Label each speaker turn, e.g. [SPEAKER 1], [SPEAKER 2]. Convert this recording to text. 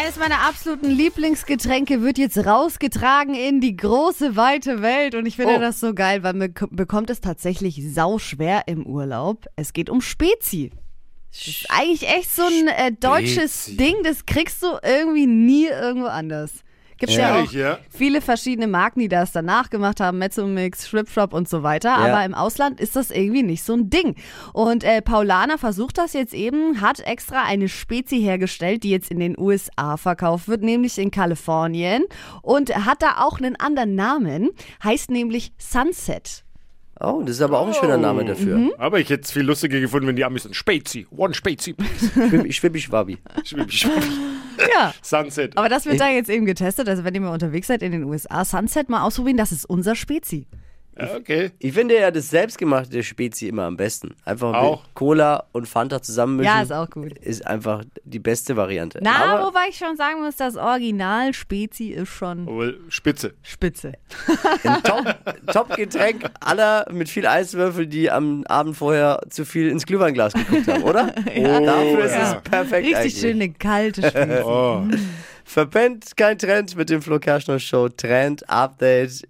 [SPEAKER 1] Eines meiner absoluten Lieblingsgetränke wird jetzt rausgetragen in die große, weite Welt. Und ich finde
[SPEAKER 2] Oh.
[SPEAKER 1] das so geil, weil man bek- bekommt es tatsächlich sauschwer im Urlaub. Es geht um Spezi. Das ist eigentlich echt so ein äh, deutsches Ding, das kriegst du irgendwie nie irgendwo anders. Gibt ja auch
[SPEAKER 3] Schwierig, ja.
[SPEAKER 1] viele verschiedene Marken, die das danach gemacht haben, Mezzomix, Shop und so weiter. Aber im Ausland ist das irgendwie nicht so ein Ding. Und äh, Paulana versucht das jetzt eben, hat extra eine Spezi hergestellt, die jetzt in den USA verkauft wird, nämlich in Kalifornien. Und hat da auch einen anderen Namen, heißt nämlich Sunset.
[SPEAKER 4] Oh, das ist aber auch ein schöner Name dafür.
[SPEAKER 1] mhm.
[SPEAKER 3] Aber ich hätte es viel lustiger gefunden, wenn die Amis ein Spezi, One Spezi,
[SPEAKER 4] Schwibbi- Schwibbi-Schwabi.
[SPEAKER 3] Schwibbi, schwibbi.
[SPEAKER 1] Ja.
[SPEAKER 3] Sunset.
[SPEAKER 1] Aber das wird da jetzt eben getestet. Also wenn ihr mal unterwegs seid in den USA, Sunset mal ausprobieren, das ist unser Spezi.
[SPEAKER 3] Ja, okay.
[SPEAKER 4] Ich finde ja das selbstgemachte Spezi immer am besten. Einfach ein
[SPEAKER 3] Auch.
[SPEAKER 4] bisschen Cola und Fanta zusammenmischen.
[SPEAKER 1] Ja, ist auch gut.
[SPEAKER 4] Ist einfach die beste Variante.
[SPEAKER 1] Na,
[SPEAKER 4] aber
[SPEAKER 1] wobei ich schon sagen muss, das Original Spezi ist
[SPEAKER 4] Oh.
[SPEAKER 1] schon
[SPEAKER 3] Obwohl, Spitze.
[SPEAKER 1] spitze.
[SPEAKER 4] ein Top- Top-Getränk aller mit viel Eiswürfel, die am Abend vorher zu viel ins Glühweinglas geguckt haben, oder? Oh,
[SPEAKER 3] Ja.
[SPEAKER 4] Dafür ist
[SPEAKER 3] Ja.
[SPEAKER 4] es perfekt
[SPEAKER 1] Richtig
[SPEAKER 4] eigentlich.
[SPEAKER 1] schöne kalte Spezi.
[SPEAKER 3] Oh.
[SPEAKER 4] Verpennt kein Trend mit dem Flo Kerschner Show Trend Update.